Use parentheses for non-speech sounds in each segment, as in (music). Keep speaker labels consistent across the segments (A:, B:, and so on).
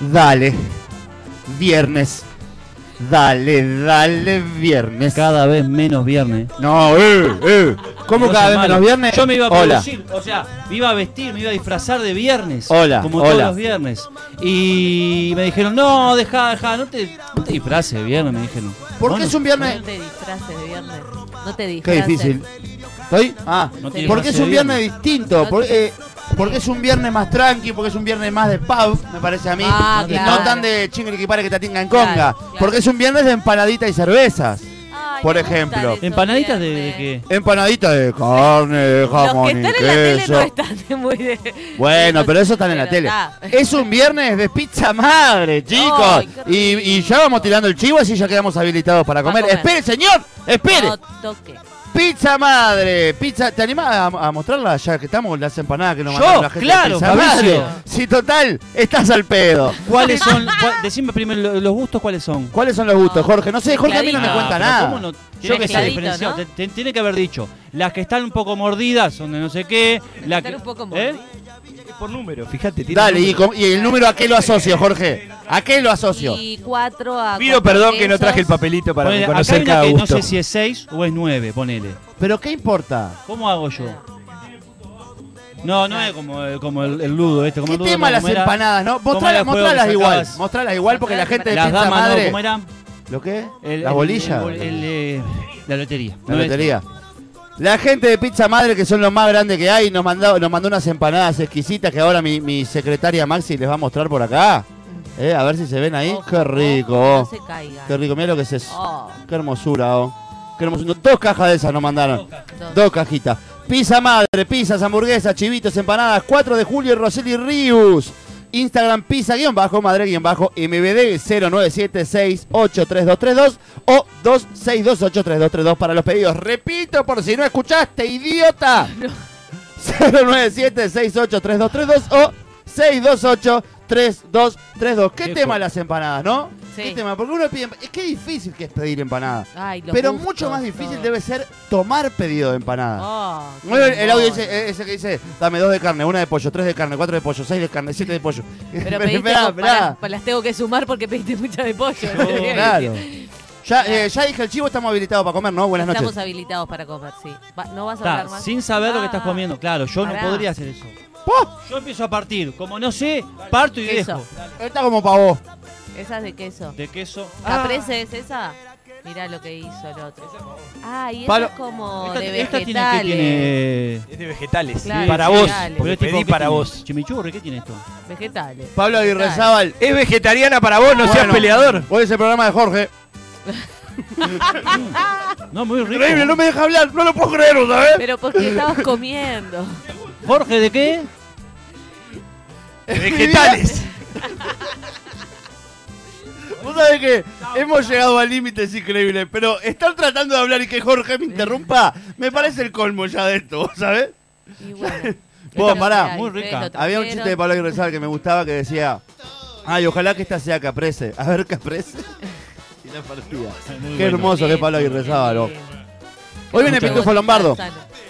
A: dale. Viernes. Dale, dale, viernes.
B: Cada vez menos viernes.
A: No, eh, eh. ¿Cómo
B: Cosa
A: cada vez
B: mala.
A: menos viernes?
B: Yo me iba a
A: Hola.
B: producir, o sea, me iba a vestir, me iba a disfrazar de viernes.
A: Hola,
B: Como
A: hola.
B: todos los viernes. Y me dijeron, no, deja, deja, no te, no te disfraces de viernes, me dijeron.
A: ¿Por qué
B: Bueno,
A: es un
C: No
A: viernes?
C: te disfraces de viernes. No te disfraces.
A: Qué difícil. ¿Estoy? Ah,
B: No
C: tiene
A: porque es
B: clase
A: un
B: de
A: viernes
B: viernes.
A: distinto. Porque, eh, porque es un viernes más tranqui, porque es un viernes más de pub, me parece a mí.
C: Ah,
A: y
C: claro.
A: no tan de chingriquipare que te atinga en
C: Claro,
A: conga.
C: claro.
A: Porque es un viernes de empanaditas y cervezas.
C: Ay,
A: Por
C: me gustan
A: ejemplo.
C: esos
B: ¿Empanaditas de, de
C: viernes.
B: qué?
A: Empanaditas de carne, de
C: Los que
A: jamón y
C: están en la tele no
A: queso.
C: están de muy de.
A: Bueno, pero eso está en la
C: Pero
A: tele. Eh,
C: está.
A: Es un viernes de pizza madre, chicos.
C: Ay, qué
A: y, y ya vamos tirando el chivo, así ya quedamos habilitados para
C: Para
A: comer.
C: comer.
A: Espere, señor, espere.
C: No toque.
A: Pizza madre, pizza. ¿Te animás a, a mostrarla ya que estamos? Las empanadas que nos
B: Yo,
A: mandaron la gente. de
B: claro,
A: pizza
B: Fabricio.
A: madre. Sí, total, estás al pedo.
B: ¿Cuáles son? cua- decime primero lo- los gustos, ¿cuáles son? Ah,
A: ¿Cuáles son los gustos, Jorge? No sé, Jorge a mí no me
C: Clarito.
A: cuenta
B: pero
A: nada.
B: ¿cómo no? Tiene
C: Tiene
B: que
C: que
B: ser
C: clarito,
B: diferenciado.
C: ¿no?
B: Te- te- tiene que haber dicho. Las que están un poco mordidas son de no sé qué. Las
C: Están
B: que,
C: un poco
B: ¿eh?
D: Por número, fíjate. tiene
A: Dale,
D: un
A: y,
D: número.
A: con- y el número a qué lo asocio, Jorge. ¿A qué lo asocio?
C: Y cuatro a.
D: Pido
C: cuatro
D: perdón que no
C: quesos.
D: traje el papelito para
B: Ponele, acá hay
D: reconocer
B: una
D: cada
B: que no
D: gusto.
B: sé si es 6 o es 9, ponele.
A: Pero ¿qué importa?
B: ¿Cómo hago yo? No, no es como, eh, como el, el ludo este. Como
A: ¿Qué
B: el ludo,
A: tema
B: no,
A: las
B: ¿cómo era?
A: empanadas, no?
B: ¿Cómo era
A: Mostralas,
B: el juego que
A: igual.
B: sacabas?
A: Mostralas igual porque la gente de
B: Las
A: pizza
B: damas, no,
A: madre.
B: ¿cómo eran?
A: ¿Lo qué?
B: El-
A: Las
B: el-
A: bolillas.
B: el- el, eh, la lotería.
A: La
B: No es-
A: lotería. La gente de Pizza Madre, que son los más grandes que hay, nos mandó, nos mandó unas empanadas exquisitas que ahora mi, mi secretaria Maxi les va a mostrar por acá. Eh, a ver si se ven ahí.
C: Ojo,
A: Qué rico.
C: ojo,
A: oh.
C: No se caiga.
A: Qué rico, mira lo que es eso.
C: Oh,
A: Qué hermosura. oh. Qué hermosura. Dos cajas de esas nos mandaron.
C: dos.
A: Dos cajitas. Pizza Madre, pizzas, hamburguesas, chivitos, empanadas. 4 de julio, Roseli Rius. Instagram pizza guión bajo madre guión bajo mbd 0976832232 o 26283232 para los pedidos. Repito por si no escuchaste, idiota. (laughs) 097683232 o 6283232. ¿Qué,
B: Qué
A: tema
B: co-
A: las empanadas, no?
C: Sí.
A: ¿Qué tema? Porque uno pide... emp- Es que difícil que es pedir empanadas.
C: Ay, los
A: Pero
C: gustos,
A: mucho más difícil
C: todo.
A: debe ser tomar pedido de empanadas.
C: Oh, qué
A: No, el, el audio
C: amor.
A: ese, ese que dice, eh, dame dos de carne, una de pollo, tres de carne, cuatro de pollo, seis de carne, siete de pollo. (laughs)
C: Pero pediste
A: Esperá,
C: vos, pará,
A: esperá.
C: pa- las tengo que sumar porque pediste mucha de pollo.
A: (laughs) Claro. Ya, eh, ya dije el chivo, estamos habilitados para comer, ¿no? Buenas
C: Estamos
A: noches.
C: habilitados para comer, sí. Va- no vas a hablar
B: Está,
C: más.
B: sin saber lo que estás
C: Ah.
B: comiendo. Claro, yo
C: Pará.
B: no podría hacer eso.
A: ¡Poh!
B: Yo empiezo a partir. Como no sé, parto y
C: Queso.
B: dejo.
A: Está como pavo.
C: Esa es de queso.
B: De queso. Ah,
C: ¿Caprese es esa? Mirá lo que hizo el otro. Ah, y esa
A: Palo-
C: es como
B: esta,
C: de
B: esta tiene que
C: vegetales.
B: tiene.
D: Es de vegetales.
C: Claro,
D: para
C: sí,
D: vos.
C: dale.
B: Pero
D: Porque
B: tipo,
D: pedí
B: ¿qué
D: para
B: tiene?
D: vos.
B: Chimichurri, ¿qué tiene esto?
C: Vegetales.
A: Pablo Aguirre
C: Vegetales.
A: Zabal.
D: Es vegetariana para vos, no seas
A: Bueno,
D: (laughs) peleador.
A: Hoy es el programa de Jorge.
B: No, muy rico.
A: Increíble, no me deja hablar, no lo puedo creer, ¿no ¿sabes?
C: Pero porque estabas comiendo.
B: Jorge, ¿de qué?
D: Vegetales.
A: Vos sabés que hemos llegado a límites increíbles, pero estar tratando de hablar y que Jorge me interrumpa, me parece el colmo ya de esto, ¿vos ¿sabes?
C: Y bueno.
A: Vos,
C: Pero
A: pará,
C: mirá,
B: muy
C: y ustedes
B: rica.
C: lo
A: Había un
C: trajeron.
A: chiste de Pablo Aguirre Sal que me gustaba que decía, ay, ojalá que esta sea Caprese. A ver, Caprese. y la partida. Qué hermoso que es Pablo Aguirre Sal, ¿no? Hoy viene
B: Muchas
A: Pitufo Lombardo. Guardá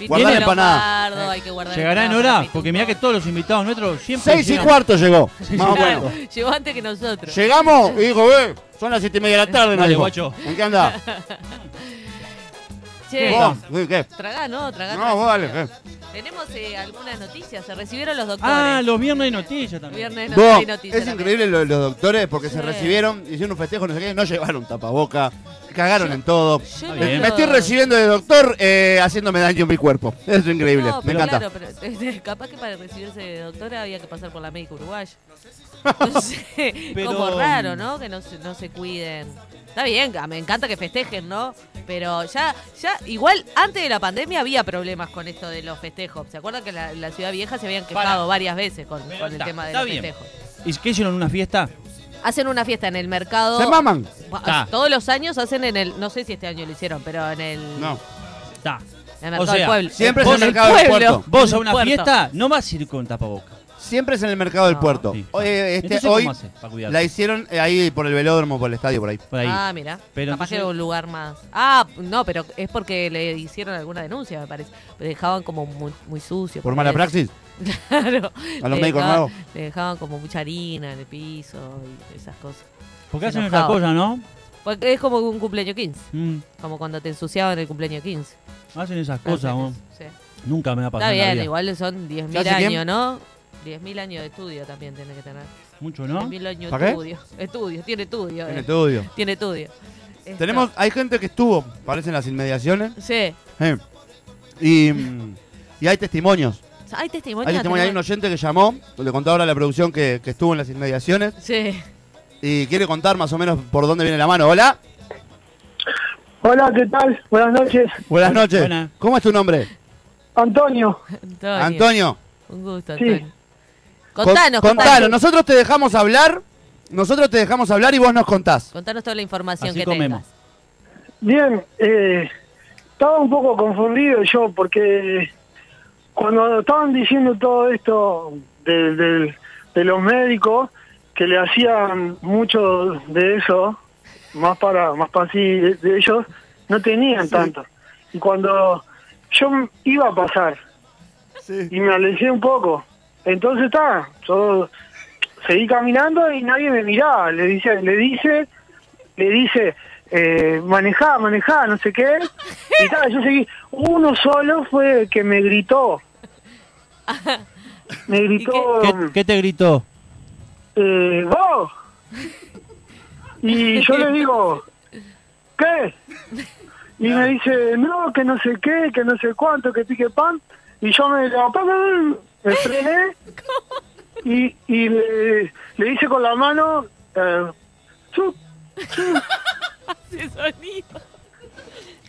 A: la
C: Guardar
A: empanada.
C: Lombardo, hay que guardar
B: ¿Llegará en
C: empanada para
B: hora?
C: Pitufo.
B: Porque mirá que todos los invitados nuestros siempre.
A: Seis y
B: llegan-
A: cuarto llegó. Más o
C: Claro,
A: menos.
C: llegó antes que nosotros.
A: Llegamos y dijo, eh, son las siete y media de la tarde,
B: Dale,
A: ¿no?
B: guacho.
A: ¿En qué andás?
C: Che,
A: Vos, sí, ¿qué?
C: tragá, no, tragá.
A: No, vos dale.
C: tranquilo.
A: ¿qué?
C: Tenemos eh, algunas noticias, se recibieron los doctores.
B: Ah, los viernes hay noticias también.
C: Viernes no
A: Vos,
C: hay noticias.
A: es increíble lo de los doctores porque se
C: Sí.
A: recibieron, hicieron un festejo, no sé qué, no llevaron tapaboca, cagaron en todo.
C: Yo
B: Está
C: no-
B: bien.
A: Me estoy recibiendo de doctor eh, haciéndome daño en mi cuerpo. (laughs) Eso es increíble.
C: No,
A: Me
C: pero
A: encanta.
C: Claro, pero este, capaz que para recibirse de doctora había que pasar por la médica uruguaya. No sé,
B: Pero-
C: (laughs)
B: mm.
C: como raro, ¿no? Que no se, no se cuiden. Está bien, ah, me encanta que festejen, ¿no? Pero ya, ya, igual antes de la pandemia había problemas con esto de los festejos. ¿Se acuerdan que la, la ciudad vieja se habían quejado
B: Para.
C: varias veces con, con el
B: está,
C: tema de
B: está
C: los
B: bien.
C: festejos?
B: ¿Y qué hicieron una fiesta?
C: Hacen una fiesta en el mercado.
A: Se maman.
C: Ba-
B: Está.
C: Todos los años hacen en el, no sé si este año lo hicieron, pero en el,
A: No.
B: Está.
C: en el mercado
B: O sea,
C: del pueblo.
A: siempre
C: Vos
A: es el mercado del puerto.
B: Vos a
C: del
B: una
C: puerto.
B: fiesta no vas a ir con tapaboca.
A: Siempre es en el mercado del
C: No.
A: puerto.
B: Sí.
A: Hoy, eh, este,
B: Entonces,
A: hoy
B: ¿cómo hace para cuidarte?
A: la hicieron eh, ahí por el velódromo, por el estadio, por ahí.
B: Por ahí.
C: Ah, mira.
B: Pero
C: Capaz
B: entonces-
C: que era un lugar más. Ah, no, pero es porque le hicieron alguna denuncia, me parece. Le dejaban como muy, muy sucio.
A: Por mala
C: ponele.
A: praxis.
C: (laughs) Claro.
A: A los
C: Le
A: médicos
C: dejaban-
A: nuevos.
C: Le dejaban como mucha harina en el piso y esas cosas.
B: Porque
C: se
B: hacen otra
C: enojaba.
B: cosa, ¿no?
C: Porque es como un cumpleaños 15.
B: Mm,
C: Como cuando te ensuciaban el cumpleaños 15.
B: hacen esas cosas, vos.
C: Sí.
B: Nunca me va a pasar.
C: Está
B: en la
C: bien,
B: vida.
C: igual son 10.000
A: ¿Ya hace
C: años, ¿no? 10.000 años de estudio también tiene que tener.
B: Mucho, ¿no?
C: 10.000 años
A: ¿Para
C: de
A: qué?
C: estudio. Estudio, tiene estudio.
A: En
C: eh.
A: el estudio.
C: Tiene estudio. Esto-
A: Tenemos, hay gente que estuvo, parecen las inmediaciones.
C: Sí.
A: eh, y, mm, y hay testimonios.
C: Hay testimonios.
A: Hay testimonio, hay un oyente que llamó, le contó ahora a la producción que, que estuvo en las inmediaciones
C: Sí.
A: y quiere contar más o menos por dónde viene la mano. Hola,
E: Hola, ¿qué tal? Buenas noches.
A: buenas
B: Hola,
A: noches.
B: buena.
A: ¿Cómo es tu nombre?
E: Antonio,
C: Antonio.
A: Antonio.
C: Un gusto,
E: Sí.
C: Antonio. Contanos,
A: Con-
C: contanos.
A: Nosotros te dejamos hablar, nosotros te dejamos hablar y vos nos contás.
C: Contanos toda la información
B: Así
C: que
B: comemos.
C: tengas.
E: bien, eh, estaba un poco confundido yo porque cuando estaban diciendo todo esto de, de- de los médicos, que le hacían mucho de eso, más para más para así de, de ellos, no tenían tanto. Y cuando yo iba a pasar, y me alejé un poco. Entonces está, yo seguí caminando y nadie me miraba. Le dice, le dice, le dice, eh, manejá, manejá, no sé qué. Y ta, yo seguí. Uno solo fue el que me gritó. Me gritó, mm,
B: ¿Qué, qué te gritó?
E: eh, vos. Y yo le digo, ¿qué? Y me dice, no, que no sé qué, que no sé cuánto, que pique pan. Y yo me, pa, pa, pa, me frené y, y le, le hice con la mano, eh, chup,
C: Ese sonido.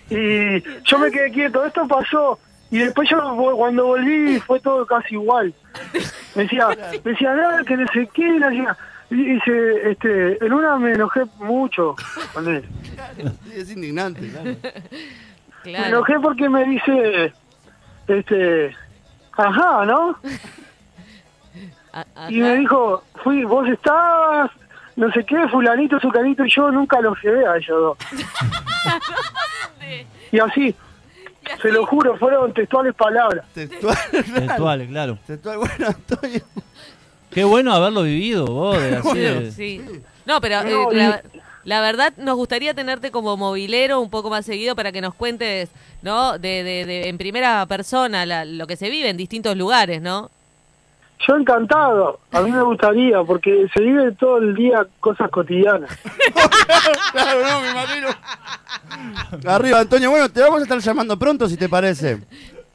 E: y yo me quedé quieto. Esto pasó. Y después yo vo- cuando volví fue todo casi igual. Me decía, me decía, nada, que no sé qué, y decía, y dice, este, en una me enojé mucho con él.
A: Es indignante,
E: Me
C: Claro.
E: enojé porque me dice, este, ajá, ¿no?
C: A- ajá.
E: Y me dijo, fui, vos estás, no sé qué, fulanito, sucanito, y yo nunca los llevé a ellos
C: (laughs)
E: dos. Y así, se lo juro, fueron textuales palabras.
A: Textual, (laughs) claro.
B: Textual, claro.
A: Textual, bueno, Antonio.
B: Qué bueno haberlo vivido, vos.
C: (laughs)
B: de así de-
C: Sí. No, pero eh,
E: No, y-
C: la, la verdad nos gustaría tenerte como movilero un poco más seguido para que nos cuentes, ¿no? De, de, de- en primera persona la- lo que se vive en distintos lugares, ¿no?
E: Yo encantado, a mí me gustaría, porque se vive todo el día cosas cotidianas.
A: Claro, no, me imagino. Arriba, Antonio. Bueno, te vamos a estar llamando pronto si te parece.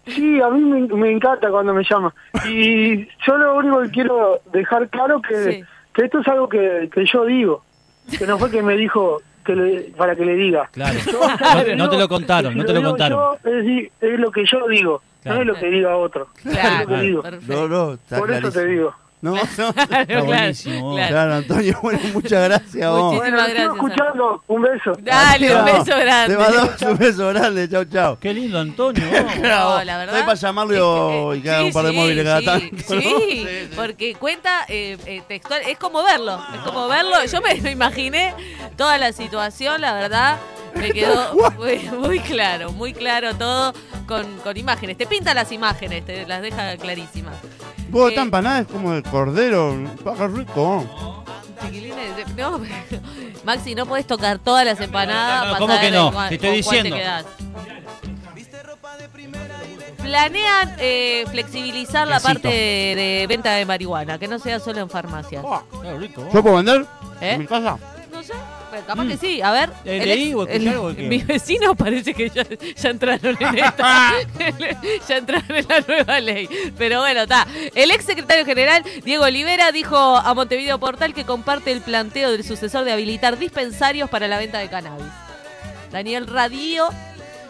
E: Sí, a mí me, me encanta cuando me llama. Y yo lo único que quiero dejar claro que,
C: Sí.
E: que esto es algo que, que yo digo, que no fue que me dijo que le- para que le diga.
B: Claro.
E: Yo
B: No, te- no te
E: digo,
B: lo contaron,
E: si
B: no te lo
E: digo
B: contaron.
E: yo, es, di- es lo que yo digo,
B: Claro.
E: no es lo que diga otro.
C: Claro,
E: Claro.
C: perfecto.
A: No, no, está
E: Por eso te
A: clarísimo.
E: digo.
A: No, no.
C: Claro,
B: buenísimo.
C: claro.
A: Claro, Antonio. Bueno, muchas gracias, vos.
C: Muchísimas
E: Bueno, lo sigo
C: gracias,
E: escuchando, un beso.
C: Dale, un
A: Chao.
C: beso
A: Te
C: grande.
A: mandamos un beso grande. Chau, chau.
B: Qué lindo, Antonio.
A: (laughs)
B: vos.
C: No, la verdad.
A: Estoy para llamarlo
C: es que- eh,
A: y que haga un par de
C: sí,
A: móviles cada
C: sí,
A: tanto. (laughs) ¿no?
C: Sí, porque cuenta eh, eh, textual, es como verlo, es como verlo. Yo me, me imaginé toda la situación, la verdad,
A: (laughs)
C: me quedó muy, muy claro, muy claro todo con, con imágenes. Te pinta las imágenes, te las deja clarísimas.
A: Vos,
C: Eh,
A: esta empanada es como de cordero. Paga rico.
C: Chiquilines, eh, no, (laughs) pero- Maxi, no podés tocar todas las empanadas.
B: No, no, ¿cómo
C: pasar
B: que
C: de
B: no?
C: cua-
B: Te estoy
C: con cuál
B: diciendo.
C: quedás. Planean eh, flexibilizar la
B: Quesito.
C: parte de, de venta de marihuana, que no sea solo en farmacias.
B: Claro, rico.
A: ¿Yo puedo vender?
C: ¿Eh?
A: ¿En mi casa?
C: No sé, pero capaz
B: Mm.
C: que sí. A ver,
B: Eh,
C: el
B: leí
C: ex-
B: o escuché algo que-
C: mis vecinos (laughs) parece que ya, ya entraron
B: (laughs)
C: en esta. ya entraron en la nueva ley. Pero bueno, está. El ex secretario general, Diego Olivera, dijo a Montevideo Portal que comparte el planteo del sucesor de habilitar dispensarios para la venta de cannabis. Daniel Radio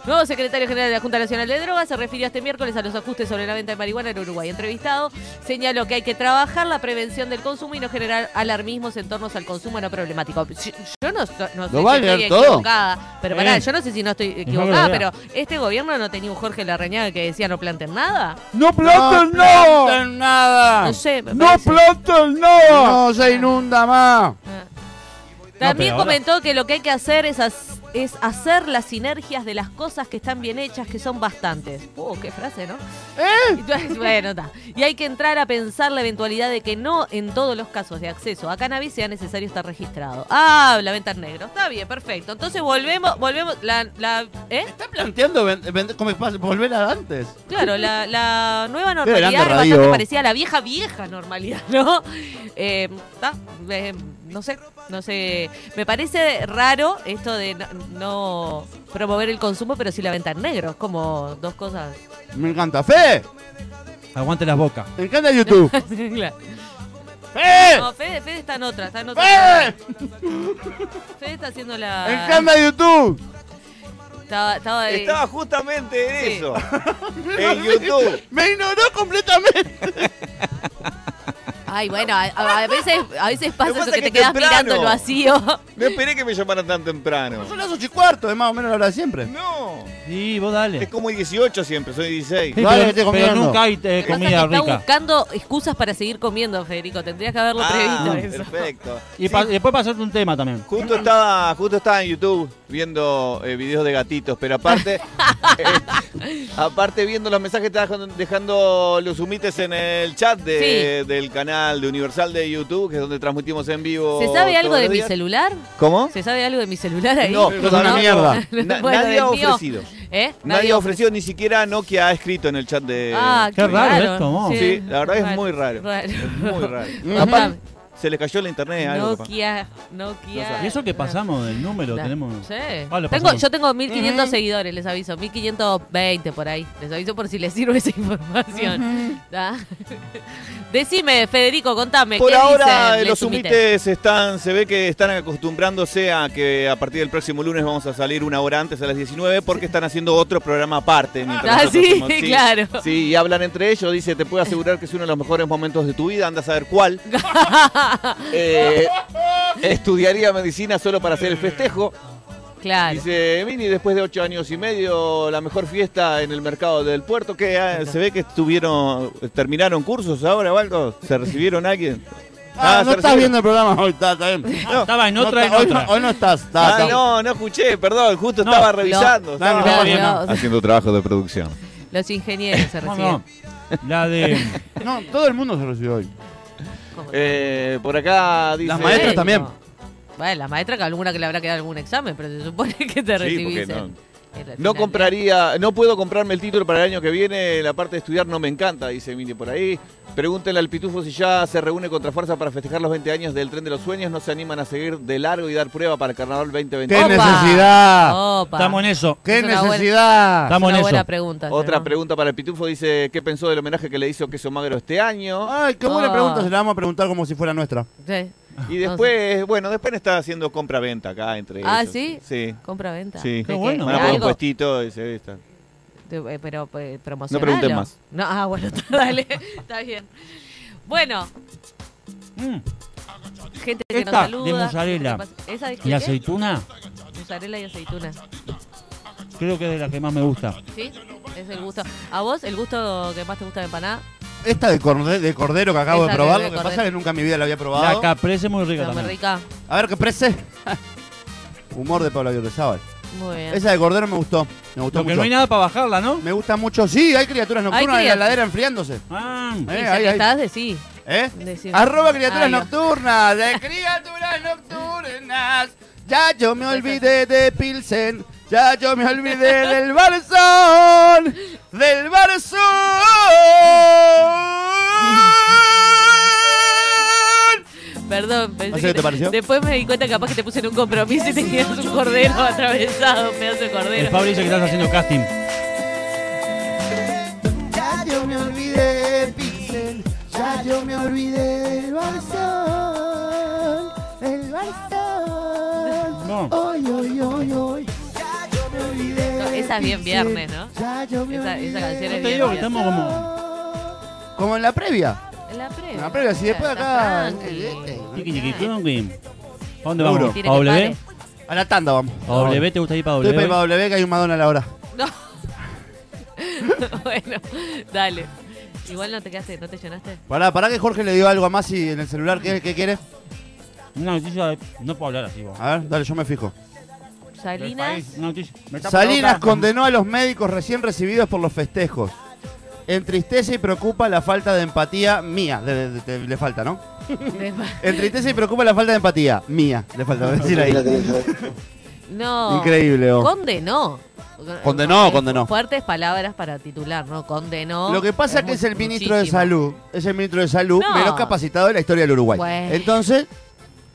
C: Nuevo secretario general de la Junta Nacional de Drogas se refirió este miércoles a los ajustes sobre la venta de marihuana en Uruguay. Entrevistado, señaló que hay que trabajar la prevención del consumo y no generar alarmismos en torno al consumo no problemático. Yo, yo no, so- no sé
A: ¿Lo va a
C: si estoy
A: leer todo?
C: equivocada, pero pará,
F: Bien.
C: yo no sé si no estoy
F: lo
C: equivocada,
F: lea.
C: pero este gobierno no tenía un Jorge Larrañaga que decía no planten nada.
F: ¡No planten
A: No
F: no!
A: planten nada.
C: No sé, me
F: ¡No
C: parece.
F: planten no!
A: No se inunda más.
C: Ah. También
F: pero ahora-
C: comentó que lo que hay que hacer es, as- es hacer las sinergias de las cosas que están bien hechas, que son bastantes. Uh, qué frase, ¿no? (laughs) Y- bueno, está. Y hay que entrar a pensar la eventualidad de que no en todos los casos de acceso a cannabis sea necesario estar registrado. Ah, la venta en negro. Está bien, perfecto. Entonces volvemos, volvemos, la, la- ¿eh?
A: ¿Está planteando ven- ven- como pas- volver a antes?
C: Claro, la, la nueva
A: grande
C: normalidad es
A: radio.
C: bastante parecida a la vieja, vieja normalidad, (laughs) ¿no? Eh, ta, eh, no sé, no sé. Me parece raro esto de no, no promover el consumo, pero sí la venta en negro. Es como dos cosas. (laughs)
A: Me encanta. ¡Fe!
B: Aguante las bocas.
A: Me encanta
C: (laughs)
A: YouTube.
C: Claro.
D: Eh.
A: ¡Fe!
C: No, Fede, Fede está en otra, está en otra.
D: Eh.
A: ¡Fe!
C: Fede está haciendo
A: Me
C: la.
A: encanta YouTube.
C: Estaba, estaba ahí.
D: Estaba justamente en
C: Sí.
D: (laughs) eso. en YouTube.
A: Me ignoró completamente.
C: Ay, bueno, a, a- a veces, a veces pasa
D: Lo que
C: eso
D: pasa
C: que te
D: es que
C: quedas
D: temprano.
C: mirando el vacío. (laughs)
D: No esperé que me llamaran tan temprano.
A: Son las ocho y cuarto, es más o menos la hora de siempre.
D: No.
B: Sí, vos
D: Es
B: dale.
D: como 18 siempre, soy 16.
A: Dale, que estoy
B: pero, pero
A: comiendo.
B: nunca hay eh,
C: Lo que pasa es
B: comida
C: que está
B: rica.
C: buscando excusas para seguir comiendo, Federico. Tendrías que haberlo
D: Ah,
C: previsto eso.
D: perfecto.
B: Y pa- después pasarte un tema también.
D: Justo estaba, justo estaba en YouTube viendo eh, videos de gatitos, pero aparte, eh, aparte viendo los mensajes que estaban dejando los humites en el chat de- del canal de Universal de YouTube, que es donde transmitimos en vivo.
C: ¿Se sabe algo
D: todos
C: de
D: los
C: mi
D: días.
C: celular?
D: ¿Cómo?
C: ¿Se sabe algo de mi celular ahí? (laughs)
D: No,
A: Es una mierda.
D: Na-
C: Bueno,
D: nadie ha
C: del mío.
D: ofrecido.
C: ¿Eh?
D: Nadie ha ofrecido, ni siquiera Nokia ha escrito en el chat de.
C: Ah,
B: Qué raro esto, ¿no?
D: Sí, la verdad es muy raro. Es
C: (laughs)
D: muy raro. Aparte, se le cayó la internet algo. capaz.
C: Nokia, Nokia.
B: Y eso que pasamos del número, tenemos.
C: Sí.
B: Ah, lo
C: Tengo,
B: pasamos.
C: yo tengo 1500 seguidores, les aviso. 1520 por ahí. Les aviso por si les sirve esa (laughs) información. ¿Ah? (laughs) Decime, Federico, contame.
D: Por
C: ¿qué
D: ahora
C: dicen
D: eh, los
C: les humité?
D: humites están, se ve que están acostumbrándose a que a partir del próximo lunes vamos a salir una hora antes a las 19 porque están haciendo otro programa aparte. mientras
C: Ah,
D: nosotros
C: sí, (laughs)
D: hacemos-
C: claro.
D: Sí, y hablan entre ellos, dice, te puedo asegurar que es uno de los mejores momentos de tu vida, anda a saber
C: (laughs)
D: cuál. Eh, estudiaría medicina solo para hacer el festejo.
C: Claro.
D: Dice, Mini, después de ocho años y medio, la mejor fiesta en el mercado del puerto, que ah, se ve que estuvieron, terminaron cursos ahora o algo, se recibieron alguien.
A: (laughs) Ah,
D: Ah,
A: no estás
D: se recibieron.
A: viendo el programa hoy, está, está bien.
B: Ah, estaba en
A: No
B: otra,
A: está-
B: en
A: hoy,
B: otra.
A: no- hoy no estás. está-
D: Ah,
A: está-
D: no, no escuché, perdón, justo
B: No,
D: estaba
B: no,
D: revisando.
A: dale,
D: estaba-
A: no,
C: Claro,
A: no.
C: los-
D: Haciendo trabajo de producción.
C: Los ingenieros se
B: No,
C: reciben.
B: no. La de.
C: (laughs)
A: No, todo el mundo se recibió hoy.
C: ¿Cómo?
D: Eh, por acá dice...
A: Las maestras
C: Bueno.
A: también.
C: Bueno, la maestra que alguna que le habrá quedado algún examen, pero se supone que te
D: Sí, porque
C: recibiste.
D: no,
C: en la
D: no
C: final.
D: compraría, no puedo comprarme el título para el año que viene, la parte de estudiar no me encanta, dice Mini por ahí. Pregúntenle al Pitufo si ya se reúne contra fuerza para festejar los 20 años del Tren de los Sueños, no se animan a seguir de largo y dar prueba para el Carnaval
A: ¡Qué
D: 2021.
C: Opa.
A: necesidad!
C: Opa.
B: Estamos en eso.
A: ¡Qué
C: Es una buena-
A: necesidad!
C: Es
B: Estamos en
C: una
B: eso.
C: buena pregunta.
D: Otra
C: ¿no?
D: pregunta para el Pitufo dice, ¿qué pensó del homenaje que le hizo Queso Magro este año?
A: Ay, qué buena
C: Ah.
A: pregunta, se la vamos a preguntar como si fuera nuestra.
C: Sí.
D: Y después, bueno, después está haciendo compra-venta acá entre
C: Ah,
D: ellos.
C: ¿sí?
D: Sí.
C: Compra-venta.
D: Sí.
C: ¿De
B: Qué bueno.
D: Van a
C: ¿De
D: poner un
C: algo?
D: puestito, dice, ahí está.
C: De- eh, pero eh,
D: No preguntes
C: promocionalo.
D: más.
C: No, ah, bueno, (laughs) está, dale. Está bien. Bueno,
B: Mm.
C: gente que nos
B: Esta,
C: saluda.
B: de mozzarella.
C: ¿Qué pasa? ¿Esa de
B: Y
C: qué?
B: la aceituna,
C: Mozzarella y aceituna.
B: creo que es de las que más me gusta.
C: ¿Sí? Es el gusto. ¿A vos el gusto que más te gusta de empanada?
A: Esta de cordero, de cordero que acabo
C: Esa
A: de probar,
C: de
A: lo que
C: cordero.
A: pasa es que nunca en mi vida la había
B: La
A: probado.
B: caprese muy rica
C: Está muy
B: también.
C: rica.
A: A ver, que prese. (laughs) Humor de Pablo Aguirrezábal.
C: Muy bien.
A: Esa de cordero me gustó. Me gustó
B: Lo que
A: mucho.
B: no hay nada para bajarla, ¿no?
A: Me gusta mucho. Sí, hay criaturas nocturnas en la
C: criaturas.
A: heladera enfriándose.
B: Ah,
A: Eh,
C: Y ya
A: ahí,
C: que
A: ahí.
C: estás, decí.
A: ¿Eh?
C: Decime.
A: Arroba criaturas
C: Ahí va.
A: nocturnas. De criaturas nocturnas. Ya yo me olvidé de Pilsen. Ya yo me olvidé del (laughs) Barzón. Del Barzón.
C: Perdón, pensé
A: No sé qué te pareció.
C: Después me di cuenta que capaz que te puse en un compromiso y tenías un cordero atravesado, un pedazo de
B: el
C: cordero.
B: Fabri dice que estás haciendo casting.
A: Ya yo me olvidé de Pixel, ya yo me olvidé del Barzón, del Barzón.
B: No.
A: Hoy, hoy, hoy, hoy, ya yo me olvidé.
C: No, esa Esa es bien viernes, ¿no? Esa, esa canción
B: Te digo
C: es bien
B: que
C: viernes.
B: estamos como.
A: Como en la previa.
C: La previa.
A: En la previa, si después de acá. eh, este,
C: Está tranqui.
B: Tiki, tiki, tiki. ¿A
A: Seguro.
B: dónde vamos?
C: Tiene
B: ¿A
C: que
B: W?
A: A la tanda vamos.
B: ¿A W? ¿Te gusta ir para
A: Estoy para
B: W?
A: W que hay un Madonna a la hora.
C: No. (laughs) bueno, dale. Igual no te quedaste, no te llenaste.
A: Pará, pará que Jorge le dio algo a Masi en el celular. ¿Qué, qué quiere?
B: Una noticia. No puedo hablar así, vos.
A: A ver, dale, yo me fijo.
C: Salinas.
B: Una noticia. Me tapa la
A: Salinas
B: boca.
A: condenó a los médicos recién recibidos por los festejos. Entristece y preocupa la falta de empatía mía. De- de- de- le falta, ¿no? Entristece y preocupa la falta de empatía mía. Le falta decir ahí.
C: No.
A: Increíble. oh.
C: Condenó.
A: Condenó,
C: Fue-
A: condenó.
C: Fuertes palabras para titular, ¿no? Condenó.
A: Lo que pasa es que
C: mu-
A: es el ministro de
C: muchísimo.
A: Salud, es el ministro de Salud
C: No.
A: menos capacitado de la historia del Uruguay.
C: Bueno.
A: Entonces,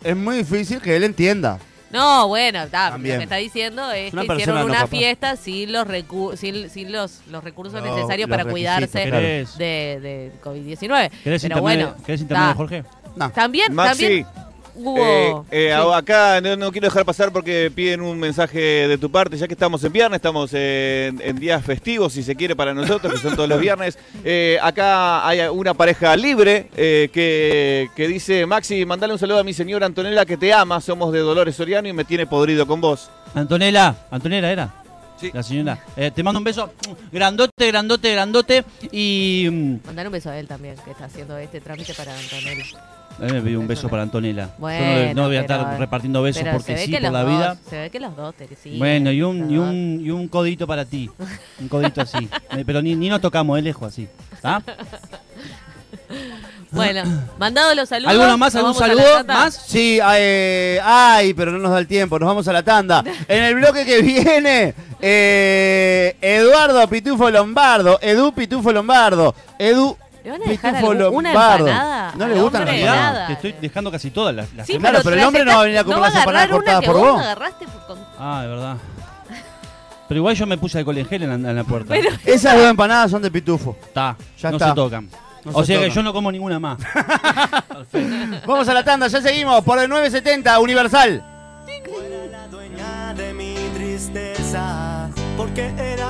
A: es muy difícil que él entienda.
C: No, bueno, está, lo
A: También.
C: que está diciendo es
A: Una
C: que
A: persona
C: hicieron
A: no
C: una
A: capaz.
C: fiesta sin los, recu- sin, sin los, los recursos
A: No,
C: necesarios
A: los
C: para cuidarse
A: requisitos,
C: de,
B: ¿Querés,
C: de COVID-19.
B: ¿Querés
C: Pero
B: internet,
C: bueno,
B: ¿querés internet de
C: está.
B: Jorge?
A: No.
C: También,
D: Maxi,
C: también hubo...
D: eh, eh,
C: sí.
D: acá no, no quiero dejar pasar porque piden un mensaje de tu parte, ya que estamos en viernes, estamos en, en días festivos, si se quiere, para nosotros, que son todos los viernes. Eh, acá hay una pareja libre eh, que, que dice, Maxi, mandale un saludo a mi señora Antonella que te ama, somos de Dolores Soriano y me tiene podrido con vos.
B: Antonella, Antonella era.
D: Sí.
B: La señora. Eh, te mando un beso. Grandote, grandote, grandote. Y. mm,
C: Mandar un beso a él también, que está haciendo este trámite para Antonella.
B: A mí eh, me pidió un beso para Antonella.
C: Bueno,
B: Yo no, no voy a
C: pero-
B: estar repartiendo besos
C: Pero se
B: porque
C: ve
B: sí,
C: que
B: por
C: los
B: la
C: dos-
B: vida.
C: Se ve que los dos te sí,
B: bueno, y un, y,
C: los
B: un, y un codito para ti. Un codito
C: (laughs)
B: así. Eh, Pero ni, ni nos tocamos de lejos así. ¿Ah?
C: dos. Bueno, mandado los saludos.
B: ¿Alguno más?
C: nos
B: ¿Algún
C: vamos a la
B: saludo
C: tanda.
B: más?
A: Sí, eh, ay, pero no nos da el tiempo, nos vamos a la tanda. En el bloque que viene, eh, Eduardo Pitufo Lombardo, Edu Pitufo Lombardo, Edu
C: ¿Le van a dejar
A: Pitufo
C: algún- una
A: Lombardo.
C: empanada
A: no
C: al
A: le gustan las
C: hombre?
A: empanadas.
C: nada.
B: Te estoy dejando casi todas las. las
C: Sí,
B: que-
A: Claro, pero el
C: tras
A: hombre no
C: esta-
A: va a venir a comer
C: no va
A: las empanadas
C: agarrar una
A: cortadas
C: que
A: por vos.
C: agarraste por- con-
B: Ah, de verdad. Pero igual yo me puse alcohol en gel en la, en la puerta.
C: Pero-
A: Esas dos empanadas son de Pitufo.
B: Está,
A: Ya
B: no
A: está.
B: se tocan.
A: No
B: o
A: se
B: sea que
A: tocan.
B: yo no como ninguna más.
A: Vamos a la tanda, ya seguimos por el 970 Universal.
G: Era la dueña de mi tristeza, porque era